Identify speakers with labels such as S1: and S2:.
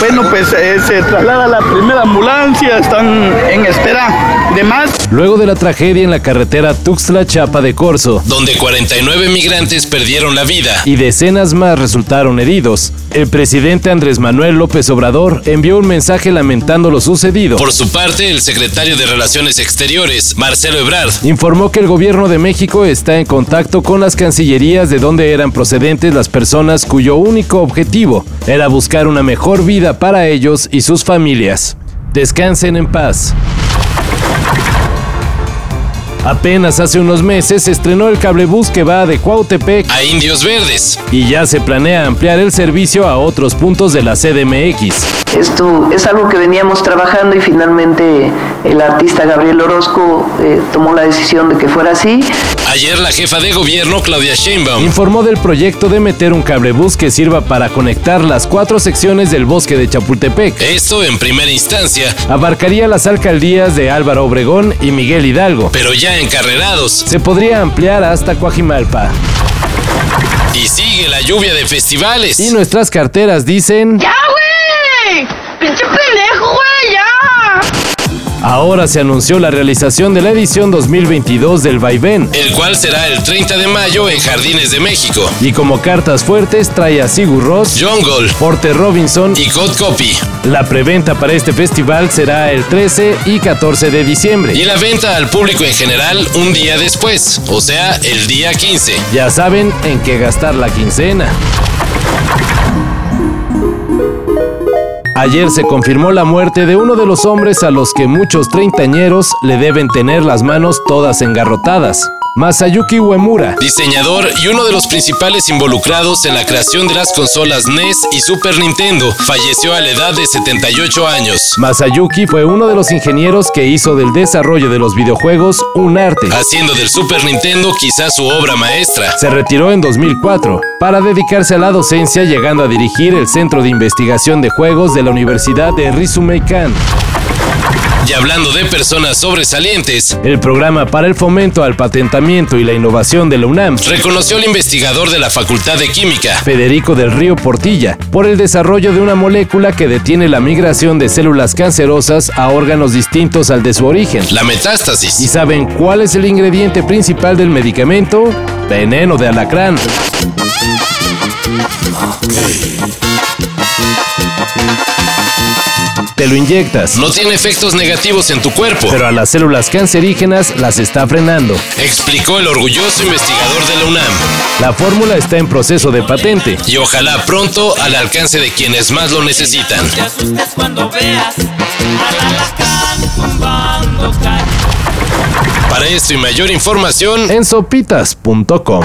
S1: Bueno, pues eh, se traslada la primera ambulancia, están en espera de más.
S2: Luego de la tragedia en la carretera Tuxtla-Chapa de Corzo
S3: donde 49 migrantes perdieron la vida.
S2: y decenas más resultaron heridos, el presidente Andrés Manuel López Obrador envió un mensaje lamentando lo sucedido.
S3: Por su parte, el secretario de Relaciones Exteriores, Marcelo Ebrard,
S2: Informó que el gobierno de México está en contacto con las cancillerías de donde eran procedentes las personas cuyo único objetivo era buscar una mejor vida para ellos y sus familias. Descansen en paz. Apenas hace unos meses se estrenó el cablebús que va de Cuautepec
S3: a Indios Verdes,
S2: y ya se planea ampliar el servicio a otros puntos de la CDMX.
S4: Esto es algo que veníamos trabajando y finalmente el artista Gabriel Orozco eh, tomó la decisión de que fuera así.
S3: ayer la jefa de gobierno, Claudia Sheinbaum,
S2: Informó del proyecto de meter un cablebús que sirva para conectar las cuatro secciones del bosque de Chapultepec.
S3: esto en primera instancia,
S2: abarcaría las alcaldías de Álvaro Obregón y Miguel Hidalgo.
S3: pero ya encarrerados.
S2: Se podría ampliar hasta Coajimalpa.
S3: Y sigue la lluvia de festivales.
S2: Y nuestras carteras dicen,
S5: ¡Ya, güey! ¡Pinche pendejo, güey! ¡Ya!
S2: ahora se anunció la realización de la edición 2022 del Vaivén.
S3: El cual será el 30 de mayo en Jardines de México.
S2: Y como cartas fuertes trae a Sigur Rós,
S3: Jungle
S2: Porter Robinson
S3: y God Copy.
S2: La preventa para este festival será el 13 y 14 de
S3: Y
S2: diciembre.
S3: la venta al público en general un día después, o sea, el día 15.
S2: Ya saben en qué gastar la quincena. Ayer se confirmó la muerte de uno de los hombres a los que muchos treintañeros le deben tener las manos todas engarrotadas, Masayuki Uemura.
S3: Diseñador y uno de los principales involucrados en la creación de las consolas NES y Super Nintendo, falleció a la edad de 78 años,
S2: Masayuki fue uno de los ingenieros que hizo del desarrollo de los videojuegos un arte.
S3: haciendo del Super Nintendo quizás su obra maestra.
S2: Se retiró en 2004 para dedicarse a la docencia llegando a dirigir el Centro de Investigación de Juegos de la Universidad de Rizumeican.
S3: Y hablando de personas sobresalientes,
S2: El programa para el fomento al patentamiento y la innovación de la UNAM,
S3: reconoció el investigador de la Facultad de Química,
S2: Federico del Río Portilla, por el desarrollo de una molécula que detiene la migración de células cancerosas a órganos distintos al de su origen.
S3: la
S2: ¿Y
S3: metástasis.
S2: saben cuál es el ingrediente principal del medicamento? Veneno de alacrán. Te lo inyectas,
S3: No tiene efectos negativos en tu cuerpo,
S2: pero a las células cancerígenas las está frenando.
S3: explicó el orgulloso investigador de la UNAM.
S2: La fórmula está en proceso de patente.
S3: Y ojalá pronto al alcance de quienes más lo necesitan.
S6: te asustes cuando veas al alacrán tumbando caña.
S3: Para esto y mayor información,
S2: En sopitas.com.